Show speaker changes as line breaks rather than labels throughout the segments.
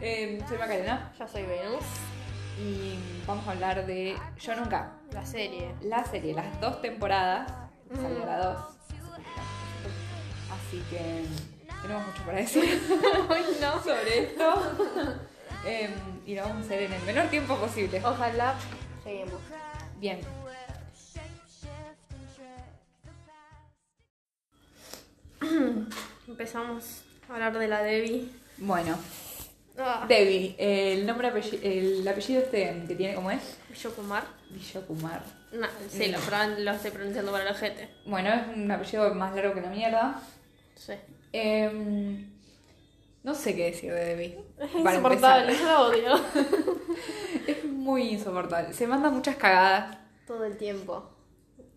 Em, soy Macarena
Yo soy Venus,
y vamos a hablar de Yo Nunca,
la serie.
la serie, las dos temporadas, salió
Mm.
la dos. Así que tenemos mucho para decir
no.
sobre esto Em, y lo vamos a hacer en el menor tiempo posible.
Ojalá lleguemos.
Bien.
Empezamos a hablar de la Debbie.
Bueno,
Ah,
Debbie, el nombre, apelli- el apellido este que tiene, ¿cómo es?
Kumar.
Villokumar.
No, sí, lo,
No.
proban- lo estoy pronunciando para la gente.
Bueno, es un apellido más largo que la mierda.
Sí.
Em, no sé qué decir de Debbie. Para
insoportable,
empezar.
yo la odio.
Es muy insoportable. Se manda muchas cagadas.
Todo el tiempo.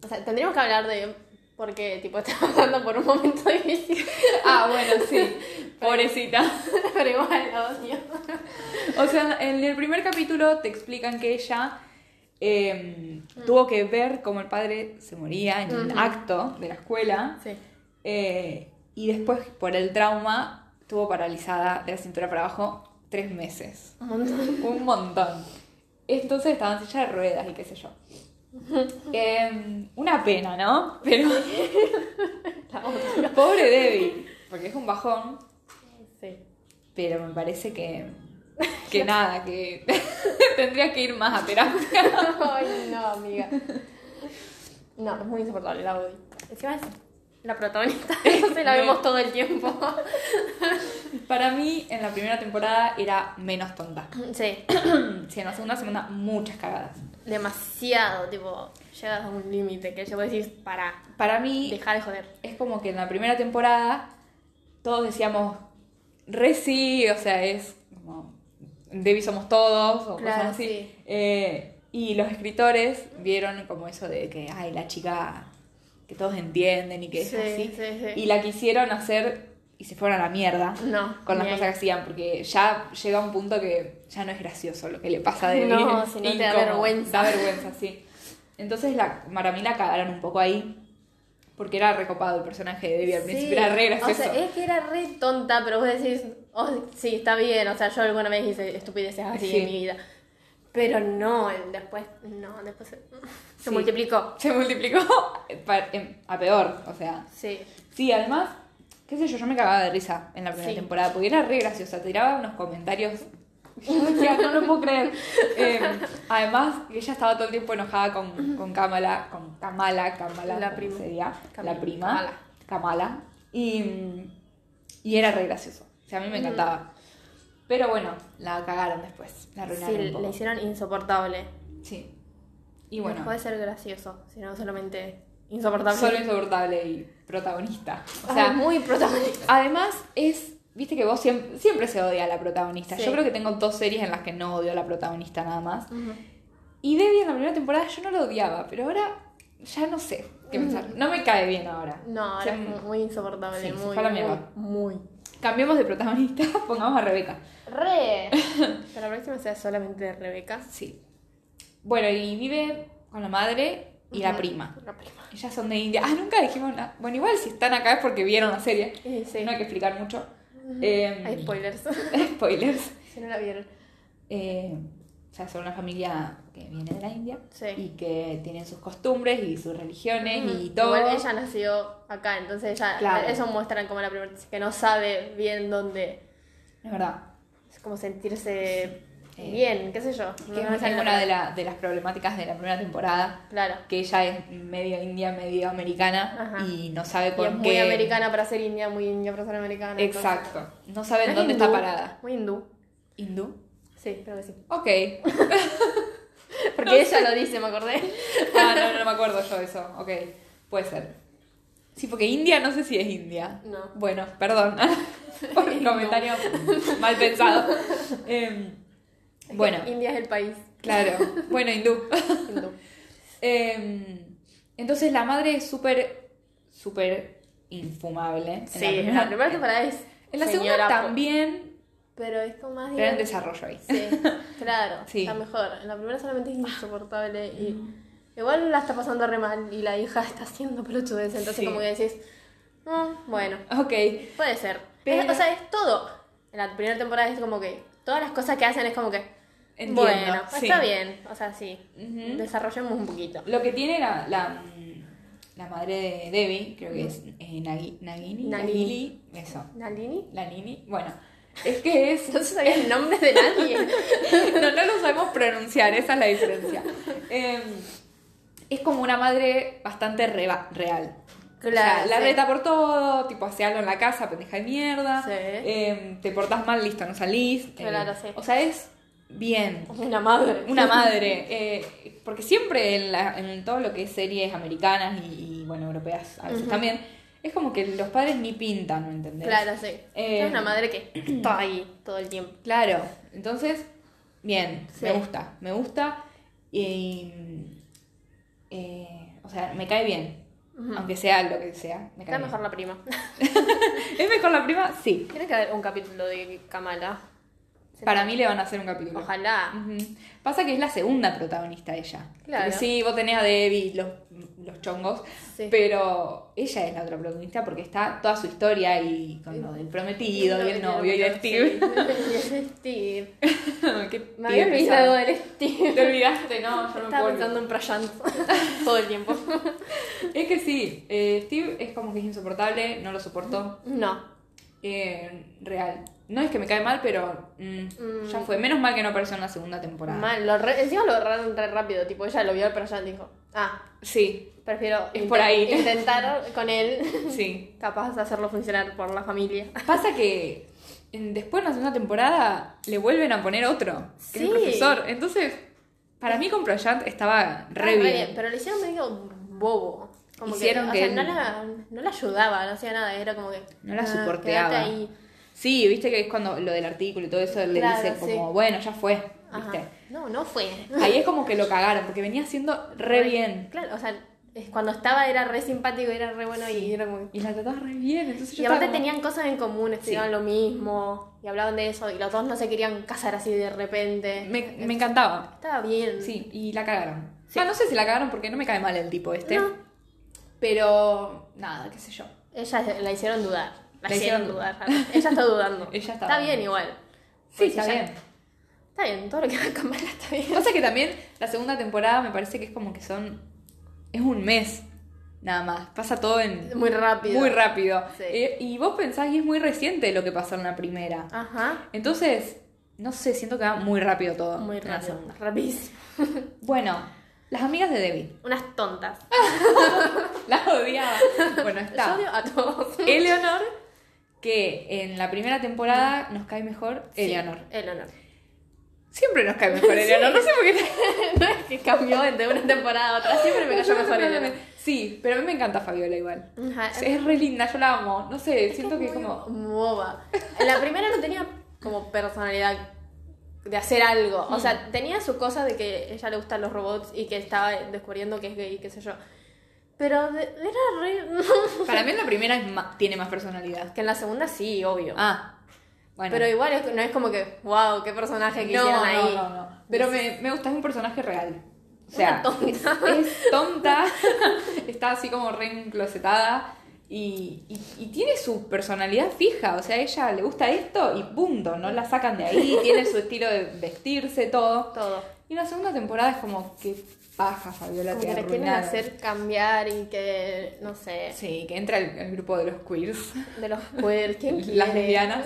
O sea, tendríamos que hablar de. Porque, tipo, está pasando por un momento difícil.
Ah, bueno, sí. Pobrecita.
Pero igual la odio.
O sea, en el primer capítulo te explican que ella em, tuvo que ver cómo el padre se moría en un
Ujú.
acto de la escuela.
Sí.
eh, y después, por el trauma, estuvo paralizada de la cintura para abajo tres meses.
Un montón.
Un montón. Entonces estaba en silla de ruedas y qué sé yo. Em, una pena, ¿no? Pero
La odio.
pobre Debbie, porque es un bajón,
Sí.
pero me parece que que nada, que tendría que ir más a terapia.
Ay, no, amiga. No, es muy insoportable, la odio. Encima es la protagonista, entonces la
Me-
vemos todo el tiempo.
Para mí, en la primera temporada era menos tonta.
Sí,
Sí, en la segunda se manda muchas cagadas.
demasiado, tipo, llegas a un límite que yo vos decís, para,
Para mí,
deja de joder.
es como que en la primera temporada todos decíamos re sí, o sea, es como Debbie somos todos o
Claro,
cosas así.
sí.
Eh, y los escritores vieron como eso de que, ay, la chica que todos entienden y que
Sí,
es así.
sí, sí.
Y la quisieron hacer y se fueron a la mierda
No,
con las
ni
cosas
ahí.
que hacían, porque ya llega un punto que ya no es gracioso lo que le pasa a Debbie.
No, si no te da
Incómodo.
vergüenza.
Da vergüenza, sí. Entonces la, para mí la cagaron un poco ahí, porque era recopado el personaje de Debbie al principio,
Sí,
era re
o
gracioso.
sea, es que era re tonta, pero vos decís, oh, sí, está bien, o sea, yo alguna vez hice estupideces así
Sí.
en mi vida. Pero no, el- después, no, después se, se
Sí.
multiplicó.
Se multiplicó pa- em, a peor, o sea.
Sí,
Sí, además, qué sé yo, yo me cagaba de risa en la primera
Sí.
temporada, porque era re graciosa, tiraba unos comentarios. Yo decía, no lo puedo creer. Eh, además, que ella estaba todo el tiempo enojada con, con Kamala, con Kamala, Kamala,
La
¿cómo
prima.
sería?
Cam-
la prima, Kamala. Y, mm, y era re gracioso. O sea, a mí me encantaba. Pero bueno, la cagaron después, la arruinaron
sí,
un poco.
la hicieron insoportable.
Sí. Y bueno,
No puede ser gracioso, sino solamente insoportable.
solo insoportable y protagonista. O
Ay,
sea,
muy protagonista.
Además, es. Viste que vos siempre, siempre se odia a la protagonista.
Sí.
Yo creo que tengo dos series en las que no odio a la protagonista nada más. Y Debbie en la primera temporada yo no la odiaba, pero ahora ya no sé qué
Mm.
pensar. No me cae bien ahora.
No, ahora
Se-
es mu- muy insoportable,
Sí, se
muy,
fue a la
muy,
mierda.
muy.
Cambiemos de protagonista, pongamos a Rebeca.
Re. Que la próxima sea solamente de Rebeca.
Sí. Bueno, y vive con la madre y la
Ujú.
prima.
La prima.
Ellas son de India. Ah, nunca dijimos nada. Bueno, igual si están acá es porque vieron la serie.
Eh, sí.
No hay que explicar mucho. Eh,
Hay spoilers.
spoilers.
si no la vieron.
Eh, o sea, son una familia que viene de la India
Sí.
y que tienen sus costumbres y sus religiones y
Ujú.
todo.
Igual ella nació acá, entonces ella,
Claro.
eso muestran como la primera que no sabe bien dónde,
Es verdad.
es como sentirse
Eh,
bien, qué sé yo.
Que
No-
es
no
una
sé la-
de, la- de las problemáticas de la primera temporada,
Claro.
que ella es medio india, medio americana
Ajá.
y no sabe
Y
por
es
qué.
muy americana para ser india, muy india para ser americana. entonces-
Exacto. No sabe en
¿Es
dónde está
hindú?
parada.
Muy hindú.
¿Hindú?
Sí, creo que sí.
Ok.
Porque ella lo dice, me acordé.
Ah, no, no me acuerdo yo de eso. Ok. Puede ser. Sí, porque India no sé si es India.
No.
Bueno, perdón por el
No.
comentario mal pensado. Em, bueno,
India es el país
claro. Bueno, hindú.
hindú.
Em, entonces la madre es súper, súper infumable. en
Sí, en la primera temporada es.
En la
señora pues.
segunda
po-
también,
Pero es como más.
pero en
digan-
desarrollo ahí.
Sí, claro.
Sí. Ah. Mm.
Está mejor. En la primera solamente es insoportable y. Igual la está pasando re mal y la hija está haciendo pelotudes, entonces
Sí.
como que decís. "Mm, bueno,
Ok,
puede ser.
Pero-
Es- o sea, es todo. En la primera temporada es como que Todas las cosas que hacen es como que.
Entiendo,
bueno, pues
sí.
está bien. O sea, sí.
Ujú.
Desarrollemos un poquito.
Lo que tiene la, la, la madre de Debbie, creo que es eh, Nagi- Nagini.
Nagini.
Nagini, Eso.
¿Nalini?
La Nini. Bueno, es que es.
No se sabía el nombre de nadie.
no, no lo sabemos pronunciar, esa es la diferencia. Eh, es como una madre bastante reba- real. O sea, la
sí.
reta por todo, tipo hace algo en la casa, pendeja de mierda.
Sí.
Eh, te portás mal, listo, no salís. Eh,
Claro, sí.
O sea, es bien.
Una madre.
Una madre. eh, porque siempre en, la- en todo lo que es series americanas y, y, bueno, europeas a veces
Ujú.
también, es como que los padres ni pintan, ¿me entendés?
Claro, sí.
Eh,
es una madre que está ahí todo el tiempo.
Claro, entonces, bien,
Sí.
me gusta, me gusta y... eh, o sea, me cae bien,
Ujú. Ah,
aunque sea lo que sea. Me cae
Está
bien.
mejor la prima.
¿Es mejor la prima? Sí.
Tiene que haber un capítulo de Kamala.
Para mí le van a hacer un capítulo.
Ojalá.
Ujú. Pasa que es la segunda protagonista ella.
Claro.
Porque sí, vos tenés a Debbie, y los, los chongos,
Sí.
pero ella es la otra protagonista porque está toda su historia y con lo del prometido y el novio y el Steve.
Sí, y el Steve.
Qué
Me había
tío
olvidado
pesado.
del Steve.
Te olvidaste, no, yo no me
Estaba
acuerdo.
pensando en Prayant todo el tiempo.
Es que sí, eh, Steve es como que es insoportable, no lo soportó.
No.
Eh, real. No es que me cae mal, pero mm,
Mm.
ya fue. Menos mal que no apareció en la segunda temporada.
Mal. Lo re- encima lo borraron re rápido. Tipo, ella lo vio al Prayant y dijo, ah,
Sí,
prefiero
Es por ahí.
intentar con él.
sí.
Capaz de hacerlo funcionar por la familia.
Pasa que en- después en la segunda temporada le vuelven a poner otro, que
Sí.
es el profesor. Entonces, para mí con Proyant estaba re
Estaba
bien.
Ah, Pero le hicieron medio bobo. Como
Hicieron
que,
que
o sea, no
él-
la, no la ayudaba, no hacía nada. Era como que.
No la
"Ah,
soporteaba".
quédate ahí.
Sí, viste que es cuando lo del artículo y todo eso le
Claro,
dice
sí.
como, bueno, ya fue, viste.
Ajá. No, no fue.
Ahí es como que lo cagaron, porque venía siendo re bien.
Claro, o sea, es cuando estaba era re simpático, era re bueno y era como...
Y la trataba re bien, entonces yo
Y aparte
estaba como-
tenían cosas en común, estudiaban lo mismo y hablaban de eso y los dos no se querían casar así de repente.
Me, me encantaba.
Estaba bien.
Sí, y la cagaron.
Sí.
Ah, no sé si la cagaron porque no me cae mal el tipo este.
No.
Pero nada, qué sé yo.
Ella la hicieron dudar. La,
La
hicieron
hicieron
dudar. Ella está dudando.
Ella está
Está
dudando.
bien igual.
Sí,
Pues
está
ella-
bien.
Está bien, todo lo que va a cambiar está bien.
Pasa que también la segunda temporada me parece que es como que son. Es un mes, nada más. Pasa todo en.
Muy rápido.
Muy rápido.
Sí.
Eh, y vos pensás, y es muy reciente lo que pasó en la primera.
Ajá.
Entonces, no sé, siento que va muy rápido todo.
Muy
en la
rápido.
segunda.
Rapidísimo.
Bueno, las amigas de Debbie.
Unas tontas.
Las odiaba. Bueno,
Yo
está.
odio a todos.
Eleanor, que en la primera temporada nos cae mejor Eleanor.
Sí, Eleanor.
Siempre nos cae mejor Eleanor, no sé por qué.
no es que cambió de una temporada a otra, siempre me cayó mejor Elena.
Sí, pero a mí me encanta Fabiola igual.
Ajá,
Es es re linda, yo la amo. No sé,
es
siento que es
muy
como...
boba. La primera no tenía como personalidad de hacer algo. O
Mm.
sea, tenía su cosa de que ella le gustan los robots y que estaba descubriendo que es gay, qué sé yo. Pero de- era re.
Para mí en la primera es ma- tiene más personalidad.
que en la segunda sí, obvio.
Ah, bueno.
Pero igual es- no es como que, wow, qué personaje que
no,
hicieron
no,
ahí.
no, no. Pero me, me gusta, es un personaje real. O
Una
sea,
tonta.
es tonta, está así como re enclosetada y, y- y tiene su personalidad fija, o sea, a ella le gusta esto y punto, no la sacan de ahí, tiene su estilo de vestirse, todo.
Todo.
Y la segunda temporada es como que paja, Fabiola,
Como
te
que la quieren
arruinaron.
hacer cambiar y que, no sé,
Sí, que entra el, el grupo de los queers,
de los queer, ¿quién quiere?
las lesbianas.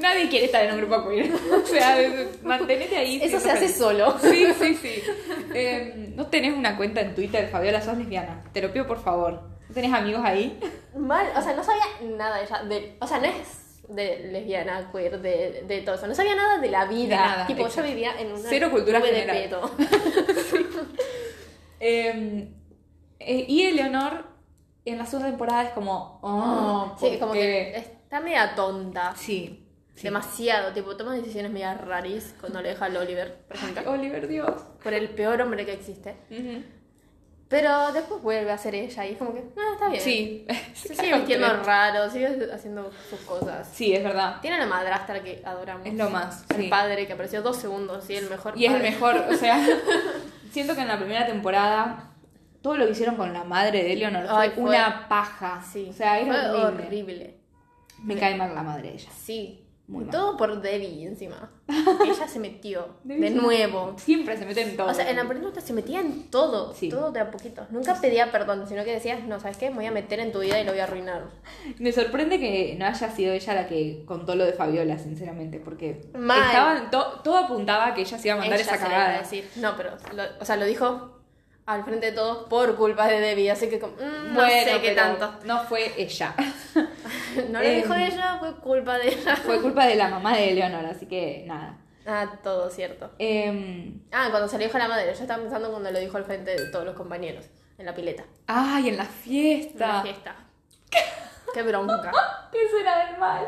Nadie quiere estar en un grupo queer, o sea, mantenete ahí.
Eso
siendo
se hace
feliz.
solo.
Sí, sí, sí. Eh, no tenés una cuenta en Twitter, Fabiola, sos lesbiana. Te lo pido por favor. ¿No tenés amigos ahí?
Mal, o sea, no sabía nada de ella. de- o sea, no es de lesbiana, queer, de, de todo eso. No sabía nada de la vida.
De nada,
tipo, yo
exacto.
vivía en una.
Cero cultura
nube de
general.
pedo.
Eh, eh, y Eleonor, en la segunda temporada es como. Oh,
Sí, como que
porque-
está media tonta.
Sí. sí.
Demasiado. Tipo, toma decisiones media raris cuando le deja al Oliver, por
Ay,
ejemplo.
Oliver, Dios.
Por el peor hombre que existe. Pero después vuelve a ser ella y es como que, ah, está bien.
Sí.
Se sigue vistiendo raro, sigue haciendo sus cosas.
Sí, es verdad.
Tiene a la madrastra que adoramos.
Es lo más.
El
sí.
padre que apareció dos segundos y el mejor.
Y es el
padre.
mejor, o sea, siento que en la primera temporada todo lo que hicieron con la madre de Eleanor fue,
Ay, fue-
una paja.
Sí.
O sea, es
Fue
horrible.
horrible.
Me cae mal la madre de ella.
Sí.
Muy mal.
Todo por Debbie encima. Porque ella se metió. de
Debbie se-
nuevo.
Siempre se meten todo.
O sea, en la película se metía en todo.
Oh. Sí.
Todo de a poquito. Nunca pedía perdón, sino que decías, no, ¿sabes qué? Me voy a meter en tu vida y lo voy a arruinar.
Me sorprende que no haya sido ella la que contó lo de Fabiola, sinceramente, porque
Mal.
estaban to- todo apuntaba a que ella se iba a mandar
Ella
esa
se lo iba a
cagada.
decir. No, pero, lo- o sea, lo dijo al frente de todos por culpa de Debbie. Así que, como, mm, no sé qué
pero
tanto.
No fue ella.
No lo dijo
Em.
ella, fue culpa de ella.
fue culpa de la mamá de Eleonor, así que nada.
Ah, todo cierto.
Em,
Ah, cuando se lo dijo a la madre. Yo estaba pensando cuando lo dijo al frente de todos los compañeros. En la pileta.
ay, en la
En
fiesta.
la fiesta. Qué bronca.
¿Qué será del mal?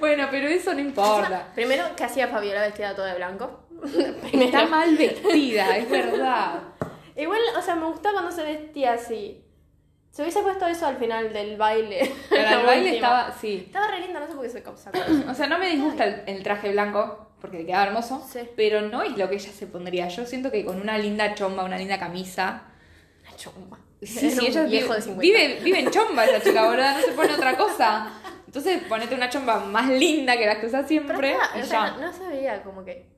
bueno, pero eso no importa.
Primero, ¿qué hacía Fabiola vestida toda de blanco? Primero.
Está mal vestida, es verdad.
Igual, o sea, me gustaba cuando se vestía así. Se hubiese puesto eso al final del baile.
Para
La
el baile
última.
estaba, sí.
Estaba re linda, no sé por qué se causa.
O sea, no me disgusta el, el traje blanco, porque le queda hermoso,
Sí.
pero no es lo que ella se pondría. Yo siento que con una linda chomba, una linda camisa.
Una chomba.
Sí,
Era
sí,
un
ella
viejo
vi-
de 50.
Vive, vive en chomba esa chica, boluda, no se pone otra cosa. Entonces ponete una chomba más linda que las que usas
Pero
siempre
estaba-
y
o
ya.
sea, no, no se veía como que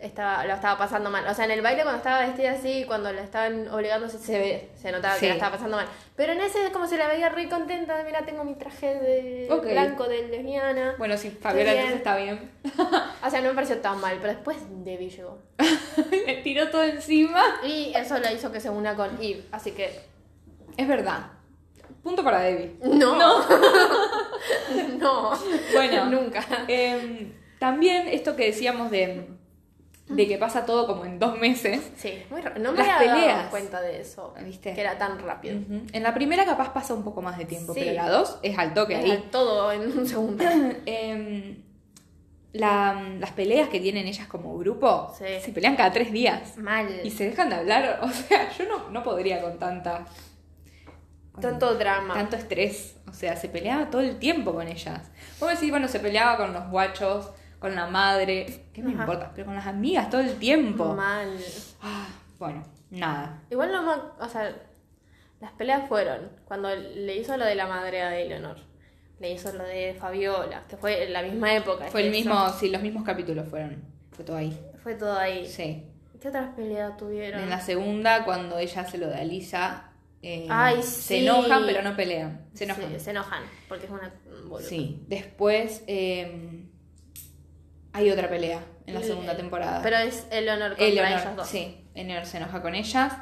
estaba, lo estaba pasando mal. O sea, en el baile cuando estaba vestida así, cuando la estaban obligando, se, se, ve- se notaba
Sí.
que la estaba pasando mal. Pero en ese es como se la veía re contenta. Mira, tengo mi traje de
Ok.
blanco de lesbiana.
Bueno, sí, Fabiola
Estoy
entonces está bien.
O sea, no me pareció tan mal, pero después Debbie llegó.
Le tiró todo encima.
Y eso la hizo que se una con Eve, así que...
Es verdad. Punto para Debbie.
No. No. no.
Bueno,
Nunca.
Em, también esto que decíamos de, de que pasa todo como en dos meses.
Sí, muy raro. No me
Las
había
peleas.
dado cuenta de eso.
¿Viste?
Que era tan rápido.
Ujú. En la primera capaz pasa un poco más de tiempo,
Sí.
pero la dos es al toque
Era
ahí.
Todo en un segundo.
Em, la- las peleas que tienen ellas como grupo
Sí.
se pelean cada tres días
Mal.
y se dejan de hablar. O sea, yo no, no podría con tanta. con
Tanto drama.
tanto estrés. O sea, se peleaba todo el tiempo con ellas. Vos decís, bueno, se peleaba con los guachos, con la madre. ¿Qué me
Ajá.
importa? Pero con las amigas todo el tiempo.
Mal.
Ah, bueno, nada.
Igual no me... O sea, las peleas fueron cuando le hizo lo de la madre a Eleanor. Le hizo lo de Fabiola, que fue en la misma época.
Fue el
Eso.
mismo, sí, los mismos capítulos fueron. Fue todo ahí.
Fue todo ahí.
Sí.
¿Qué otras peleas tuvieron?
En la segunda, cuando ella se lo da a Lisa, eh,
Ay,
se
sí.
enojan, pero no pelean. Se enojan.
Sí, se enojan, porque es una boluda.
Sí. Después eh, hay otra pelea en la segunda temporada.
Pero es Eleanor contra
Eleanor,
ellas dos.
sí, Eleanor se enoja con ellas.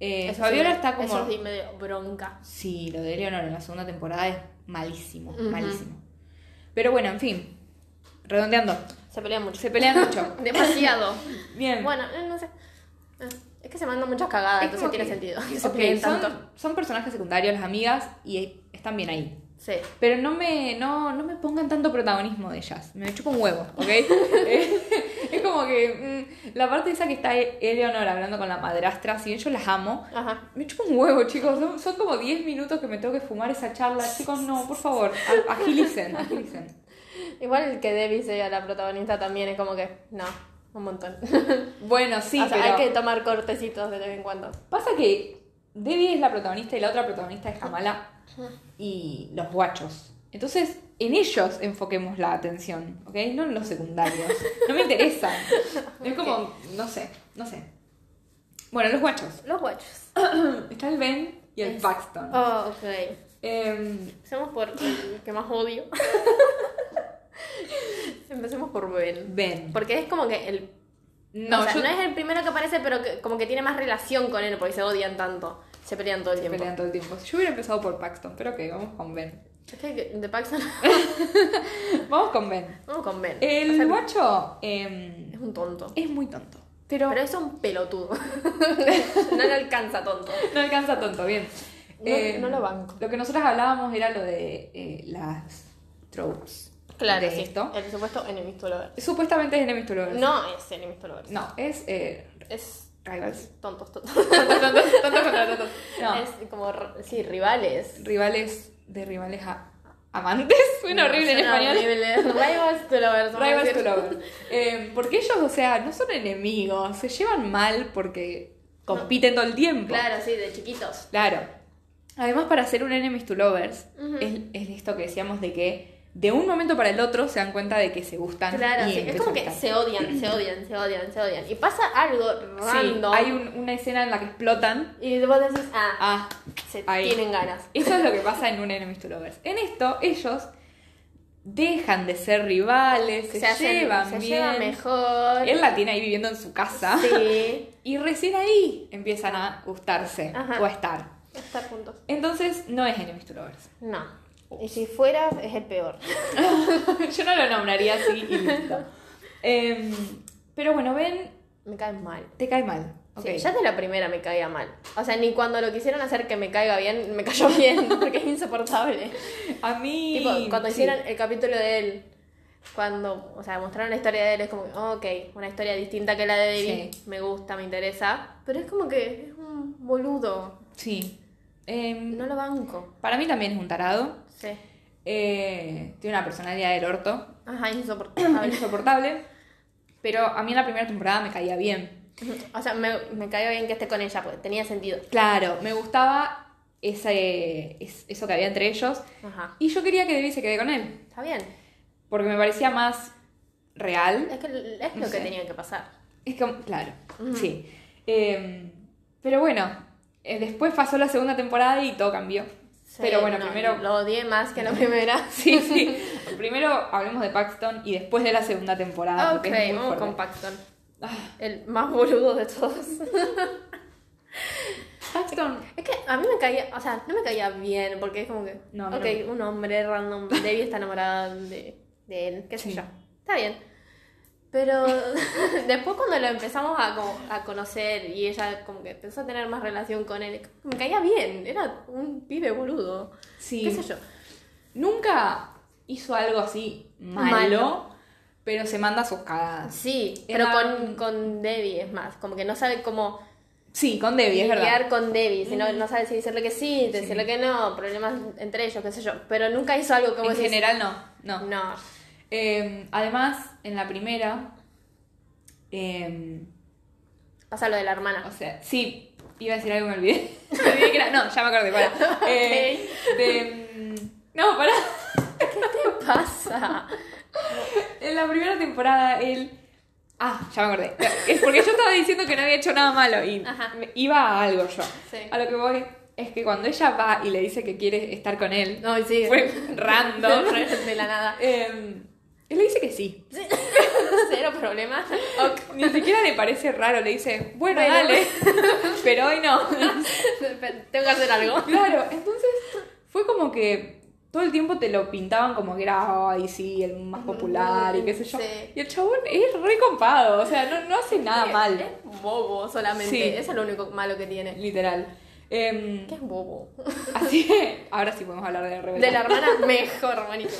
Eh,
Eso
Fabiola
sí me-
está como...
Eso sí medio bronca.
Sí, lo de Eleanor en la segunda temporada es malísimo,
Ujú.
malísimo. Pero bueno, en fin, redondeando,
Se pelean mucho.
se pelean mucho.
Demasiado.
Bien.
bueno, eh, no sé. Eh, Es que se mandan muchas cagadas,
Es
entonces
como
tiene
que-
sentido. que se
ok,
peleen tanto.
son, son personajes secundarios, las amigas, y están bien ahí.
Sí.
Pero no me, no, no me pongan tanto protagonismo de ellas. Me chupa un huevo, ¿ok? Eh, es como que mm, la parte esa que está E- Eleanor hablando con la madrastra, si bien yo las amo,
Ajá.
Me chupa un huevo, chicos. Son, son como 10 minutos que me tengo que fumar esa charla. Chicos, no, por favor, a- agilicen, agilicen.
Igual el que Debbie sea la protagonista también es como que. No, un montón.
Bueno, sí,
o sea,
pero
hay que tomar cortecitos de vez en cuando.
pasa que Debbie es la protagonista y la otra protagonista es Kamala y los guachos. Entonces, en ellos enfoquemos la atención, ¿ok? No en los secundarios. No me interesan. Es como, no sé, no sé. Bueno, los guachos.
Los guachos.
Está el Ben y el
Es-
Paxton.
Oh, ok.
Em,
Empecemos por el que más odio. Empecemos por Ben.
ben.
Porque es como que el
No,
o sea,
yo
no es el primero que aparece, pero que- como que tiene más relación con él, porque se odian tanto. Se pelean todo el tiempo.
pelean todo el tiempo. Yo hubiera empezado por Paxton, pero ok, vamos con Ben.
Es que de Paxton.
Vamos con Ben.
Vamos con Ben. O sea,
El guacho eh,
es un tonto.
es muy tonto, pero,
Pero es un pelotudo. no le alcanza tonto.
no alcanza tonto, bien. Eh,
No- no lo banco.
Lo que nosotras hablábamos era lo de eh, las tropes.
Claro,
de
sí.
esto.
El supuesto enemigo lover.
Supuestamente es enemigo Lovers.
No es enemigo lover.
No, es eh,
Es
rivals.
tontos, tontos.
Tonto, tonto, tonto contra tonto. No,
Es como, r- sí, rivales.
rivales de rivales a amantes. Suena horrible en
Suena
español.
horrible. Rivals to lovers. vamos a
Rivals to
decir.
lovers. Eh, porque ellos, o sea, no son enemigos, se llevan mal porque compiten todo el tiempo.
Claro, sí, de chiquitos.
Claro. Además, para ser un enemies to lovers,
Ujú.
es, es esto que decíamos de que de un momento para el otro se dan cuenta de que se gustan.
Claro,
y
sí. es
empiezan
como
a
que
gustar.
se odian, se odian, se odian, se odian. Y pasa algo
Sí,
random.
hay un- una escena en la que explotan.
Y vos decís, ah,
Ah,
se
ahí.
tienen ganas.
eso es lo que pasa en un Enemies to Lovers. En esto, ellos dejan de ser rivales, se,
hacen-
llevan
se
bien.
llevan mejor.
Él la tiene ahí viviendo en su casa.
Sí.
Y recién ahí empiezan a gustarse
Ajá.
o a estar.
Estar juntos.
Entonces, no es Enemies to Lovers.
No.
Oh.
Y si fuera, es el peor.
Yo no lo nombraría así y listo. Em, pero bueno, ven,
Me cae mal.
te cae mal.
Sí,
Ok.
ya de la primera me caía mal. O sea, ni cuando lo quisieron hacer que me caiga bien, me cayó bien, porque es insoportable.
A mí.
Tipo, cuando
sí.
hicieron el capítulo de él, cuando, o sea, mostraron la historia de él, es como, oh, ok, una historia distinta que la de David, me gusta, me interesa, pero es como que es un boludo,
Sí. Em,
no lo banco.
Para mí también es un tarado.
Sí.
Eh, tiene una personalidad del orto.
Ajá, insoportable.
Insoportable. Pero a mí en la primera temporada me caía bien.
o sea, me, me cayó bien que esté con ella, porque tenía sentido.
Claro, me gustaba ese, es- eso que había entre ellos.
Ajá.
Y yo quería que Debbie se quede con él.
Está bien.
Porque me parecía más real.
Es, que, es lo
No
que
sé.
tenía que pasar.
Es como, claro, sí. Eh, pero bueno, eh, después pasó la segunda temporada y todo cambió.
Sí,
pero bueno,
no,
primero.
Lo odié más que la primera.
Sí, sí. Primero hablemos de Paxton y después de la segunda temporada.
ok,
porque es muy
vamos
fuerte.
con Paxton. El más boludo de todos.
Paxton.
Es que a mí me caía, o sea, no me caía bien, porque es como que,
No, a mí
ok, un hombre random, Debbie está enamorada de, de él, qué sé
Sí.
yo, está bien. Pero después cuando lo empezamos a, como- a conocer y ella como que empezó a tener más relación con él, me caía bien, era un pibe boludo,
Sí.
qué sé yo.
Nunca hizo algo así malo,
Malo.
pero se manda sus cagadas.
Sí,
Era-
pero con, con Debbie es más, como que no sabe cómo
Sí, con Debbie, es verdad.
lidiar con Debbie, si no, no sabe si decirle que sí, decirle que no, problemas entre ellos, qué sé yo, pero nunca hizo algo como
En general, no. No.
No,
Eh, además, en la primera. eh,
pasa lo de la hermana.
O sea, sí, iba a decir algo y me olvidé. Me olvidé que era- No, ya me acordé, pará. Eh, de, mm, no, pará.
¿Qué pasa?
En la primera temporada él. Ah, ya me acordé. Es porque yo estaba diciendo que no había hecho nada malo y
Ajá.
me- iba a algo yo.
Sí.
A lo que voy es que cuando ella va y le dice que quiere estar con él,
No, y sí.
fue random.
de la nada.
em, él le dice que sí.
Cero problemas.
Ni siquiera le parece raro, le dice, bueno,
Bueno.
dale, pero hoy no.
Tengo que hacer algo.
Claro, entonces fue como que todo el tiempo te lo pintaban como que era, ay, sí, el más popular y qué sé yo.
Mm, Sí.
Y el chabón es re compado, o sea, no, no hace nada mal,
Es bobo solamente.
Sí.
Eso es lo único malo que tiene.
literal. Em,
¿Qué es bobo?
así que ahora sí podemos hablar de rebelde.
De la hermana mejor, manito.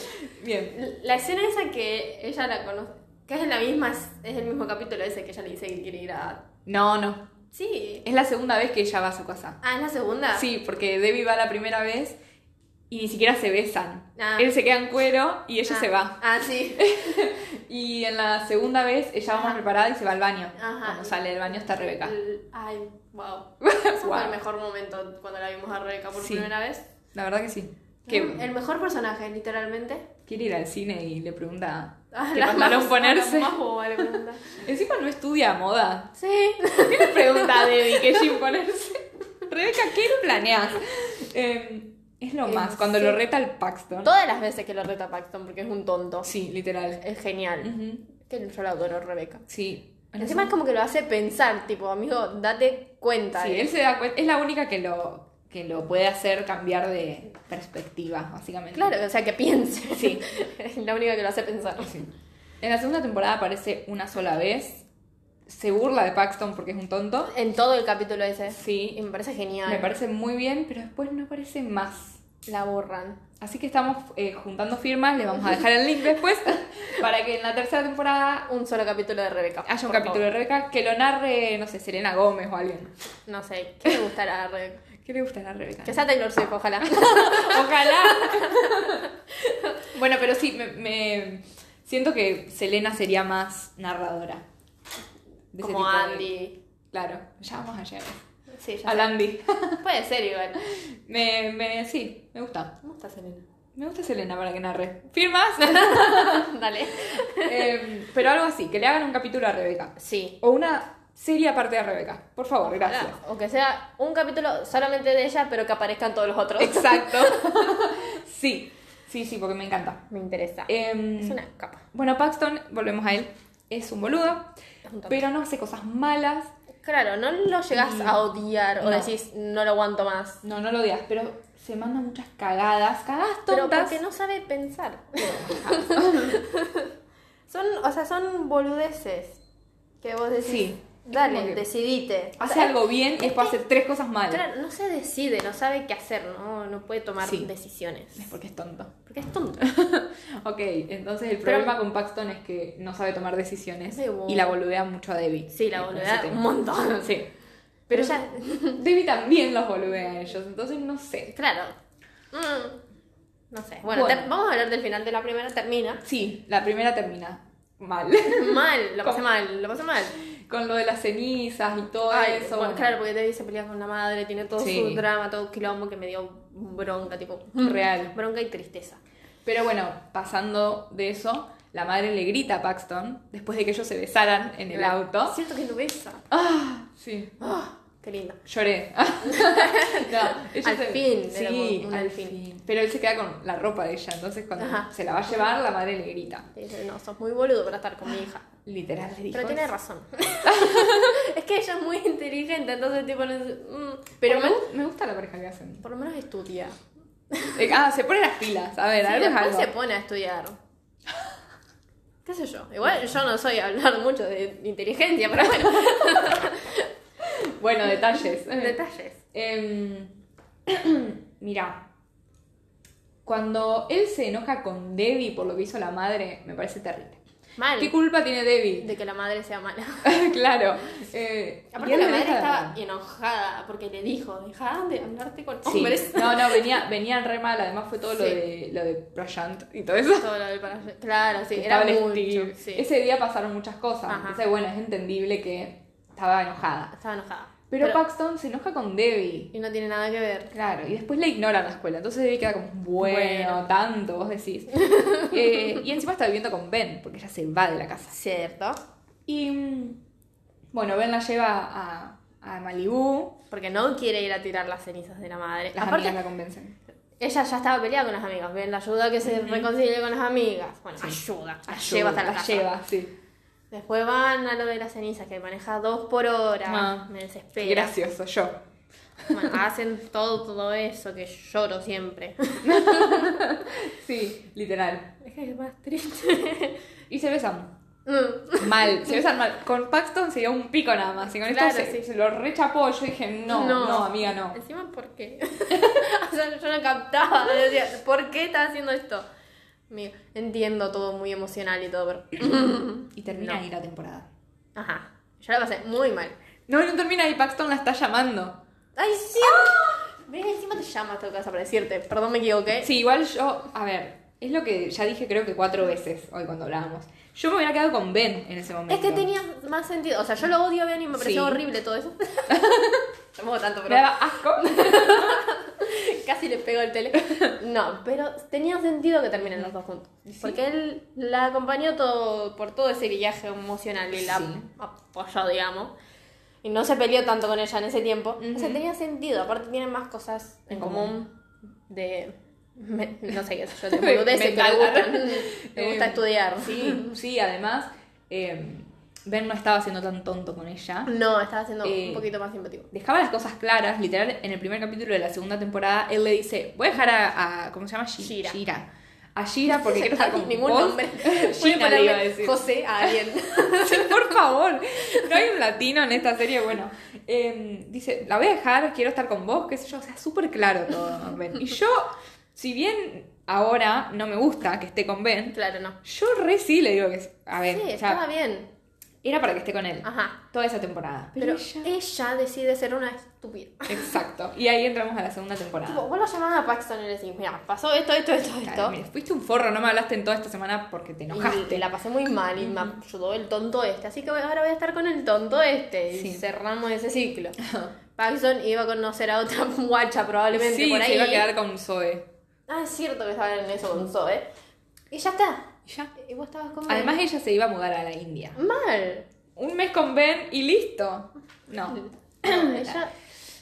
Bien.
La escena esa que ella la conoce, que es la misma, es el mismo capítulo ese que ella le dice que quiere ir a...
No, no.
Sí.
Es la segunda vez que ella va a su casa.
Ah, es la segunda.
Sí, porque Debbie va la primera vez y ni siquiera se besan.
Ah.
Él se queda en cuero y ella
Ah.
se va.
Ah, sí.
Y en la segunda vez ella va más
Ajá.
preparada y se va al baño.
Ajá.
Cuando sale del baño está Rebeca.
Ay, wow. Fue
Guau.
el mejor momento cuando la vimos a Rebeca por
Sí.
primera vez.
La verdad que sí. Que
El mejor personaje, literalmente.
quiere ir al cine y le pregunta
Ah,
qué
la
pantalón
más-
ponerse.
la más boba le pregunta.
Encima no estudia moda.
Sí.
¿Qué le pregunta a Debbie qué jean ponerse? Rebeca, ¿qué planeas? Eh, es lo
Eh,
más, cuando
sí.
lo reta el Paxton.
Todas las veces que lo reta Paxton, porque es un tonto.
Sí, literal.
Es genial.
Ujú,
Que yo la adoro, Rebeca.
Sí.
Encima es como que lo hace pensar, tipo, amigo, date cuenta.
Sí,
de-
él se da cuenta. Es la única que lo, que lo puede hacer cambiar de perspectiva, básicamente.
Claro, o sea, que piense.
Sí.
es la única que lo hace pensar.
Sí. En la segunda temporada aparece una sola vez. Se burla de Paxton porque es un tonto.
En todo el capítulo ese.
Sí.
Y me parece genial.
Me parece muy bien, pero después no aparece más.
La borran.
Así que estamos eh, juntando firmas, les vamos a dejar el link después para que en la tercera temporada
Un solo capítulo de Rebeca.
haya
por
un capítulo de Rebeca que lo narre, no sé, Selena Gómez o alguien.
favor. No sé, ¿qué le gustará a Rebeca?
¿Qué le gustará a Rebeca?
Que sea Taylor Swift, ojalá.
Ojalá. bueno, pero sí, me, me- siento que Selena sería más narradora. De ese
Como
tipo de-
Andy.
Claro, ya vamos a llegar. a
Sí,
eso.
ya
Al Andy.
sé. Puede ser igual.
Me, me, sí, me gusta.
¿Cómo está Selena?
Me gusta Selena para que narre. ¿Firmas?
Dale.
Em, pero algo así, que le hagan un capítulo a Rebeca.
Sí.
O una serie aparte de Rebeca. Por favor, gracias.
Ojalá. O que sea un capítulo solamente de ella, pero que aparezcan todos los otros.
Exacto. sí, sí, sí, porque me encanta.
Me interesa.
Em,
es una capa.
Bueno, Paxton, volvemos a él, es un boludo,
Es un tonto.
pero no hace cosas malas.
Claro, no lo llegas
Y-
a odiar o
no.
decís no lo aguanto más.
No, no lo odias, pero se manda muchas cagadas, cagadas
Pero
tontas.
porque no sabe pensar. son, o sea, son boludeces que vos decís.
Sí. Como
Dale,
que-
decidite. O
Hace
sea,
algo bien y después hace tres cosas malas.
Claro, no se decide, no sabe qué hacer, no, no puede tomar
Sí.
decisiones.
Es porque es tonto.
Porque es tonto.
Ok, entonces el
Pero-
problema con Paxton es que no sabe tomar decisiones
Sí, bo-
y la boludea mucho a Debbie. Eh,
Sí, la
Con ese
boludea
tema.
un montón.
Sí.
Pero ya,
Debbie también los boludea a ellos, entonces no sé.
claro. Mm, no sé. Bueno,
Bueno.
te- vamos a hablar del final de la primera, termina.
Sí, la primera termina mal.
Mal, lo pasé
¿Cómo?
mal, lo pasé mal.
con lo de las cenizas y todo
Ay,
eso.
bueno, claro, porque Debbie se pelea con la madre, tiene todo
Sí. Mm.
su drama, todo quilombo que me dio bronca, tipo.
Real.
Bronca y tristeza.
Pero bueno, pasando de eso, la madre le grita a Paxton después de que ellos se besaran en el auto.
Siento que no besa.
Ah, sí.
Ah, qué lindo.
Lloré. No, ellos
Al fin, era
Sí,
como un
al
al
fin.
fin.
Pero él se queda con la ropa de ella, entonces cuando
Ajá.
se la va a llevar, la madre le grita.
Le dice, no, sos muy boludo para estar con mi hija.
Literal, le dijo
Pero tiene
eso.
razón. es que ella es muy inteligente, entonces tipo... no es- mm, pero
Pero
por,
me,
lo men-
gu- me gusta la pareja que hacen.
por lo menos estudia.
Eh, Ah, se pone las pilas. A ver,
Sí,
algo es
después
algo.
se pone a estudiar. ¿Qué sé yo? Igual yo no soy a hablar mucho de inteligencia, pero bueno,
Bueno, detalles.
detalles.
Em, mira, cuando él se enoja con Debbie por lo que hizo la madre, me parece terrible.
Mal.
¿Qué culpa tiene Debbie?
De que la madre sea mala.
claro. eh, y
Aparte
él
la
le
madre
deja de
estaba
hablar.
enojada porque le dijo, dejá de hablarte con
Sí.
hombres.
No, no, venía, venían re mal. Además fue todo lo
Sí.
de lo de Prashant y todo eso.
Todo lo del para- Claro, sí,
Que
era
estaba el
mucho.
Steve.
sí.
Ese día pasaron muchas cosas.
Ajá.
Entonces, bueno, es entendible que estaba enojada.
Estaba enojada.
Pero, Paxton se enoja con Debbie.
Y no tiene nada que ver.
Claro, y después la ignora en la escuela. Entonces Debbie queda como, bueno,
Bueno.
tanto, vos decís. Eh, y encima está viviendo con Ben, porque ella se va de la casa.
Cierto.
Y mm, bueno, Ben la lleva a, a Malibú.
Porque no quiere ir a tirar las cenizas de la madre.
Las
Aparte,
amigas la convencen.
ella ya estaba peleada con las amigas. Ven, la ayuda que se reconcilie con las amigas. Bueno, ayuda. Las lleva hasta la,
La
casa.
lleva, sí.
Después van a lo de las cenizas, que maneja dos por hora.
Ah,
Me
Qué
desespera.
gracioso, yo.
Bueno, hacen todo, todo eso, que lloro siempre.
Sí, literal.
Es que es más triste.
Y se besan.
Mm.
Mal, se besan mal. Con Paxton se dio un pico nada más. Y con
Claro,
esto se,
sí.
se lo rechapó. Yo dije, no, no, amiga, no.
Encima, ¿por qué? o sea, yo no captaba. Yo decía, ¿por qué estás haciendo esto? Amigo, entiendo todo muy emocional y todo, pero...
Y termina
No.
ahí la temporada.
Ajá. Yo la pasé muy mal.
No, no termina y Paxton la está llamando.
¡Ay, sí! Ven, encima te llamas, tengo que desaparecirte. Perdón, me equivoqué.
¡Ah! Sí, igual yo, a ver, es lo que ya dije creo que cuatro veces hoy cuando hablábamos. Yo me hubiera quedado con Ben en ese momento.
Es que tenía más sentido. O sea, yo lo odio a Ben y me pareció
Sí.
horrible todo eso. Tampoco tanto,
Me
pero
daba asco.
casi le pego el tele. No, pero tenía sentido que terminen los dos juntos. Porque él la acompañó todo, por todo ese viaje emocional y la
Sí.
apoyó, digamos. Y no se peleó tanto con ella en ese tiempo. O sea,
Ujú.
tenía sentido. Aparte, tienen más cosas en
En
común, de. me- no sé qué sé yo, de
Me-
boludeces que
mental.
le gustan. Le gusta
Eh,
estudiar.
Sí, sí, además, eh, Ben no estaba siendo tan tonto con ella.
No, estaba siendo
Eh,
un poquito más simpático.
Dejaba las cosas claras, literal, en el primer capítulo de la segunda temporada, él le dice, voy a dejar a, a- ¿cómo se llama? Shi-
Shira.
Shira. A Shira porque quiero estar
Ay,
con
ningún
vos.
nombre. Voy a
Shira le iba a
ponerle
decir.
José a alguien.
Sí, Por favor, no hay un latino en esta serie. Bueno, Eh, dice, la voy a dejar, quiero estar con vos, qué sé yo, o sea, súper claro todo. Ben. Y yo, si bien ahora no me gusta que esté con Ben,
claro, no.
yo re sí le digo que, es- a ver,
Sí,
o sea,
estaba bien.
era para que esté con él
Ajá.
toda esa temporada.
Pero ella... decide ser una estúpida.
Exacto, y ahí entramos a la segunda
Tipo,
temporada.
vos lo llamás a Paxton y le decís, mira, pasó esto, esto, esto,
Claro,
esto.
mira, fuiste un forro, no me hablaste en toda esta semana porque te enojaste.
Y la pasé muy mal y me ayudó el tonto este. Así que voy- ahora voy a estar con el tonto este. Y
Sí.
cerramos ese ciclo. Paxton iba a conocer a otra guacha probablemente
Sí,
por ahí.
se iba a quedar con Zoe.
Ah, es cierto que estaban en eso con Zoe. Y ya está.
Y ya.
Y vos estabas como.
Además, ella se iba a mudar a la India.
Mal.
Un mes con Ben y listo. No.
ella.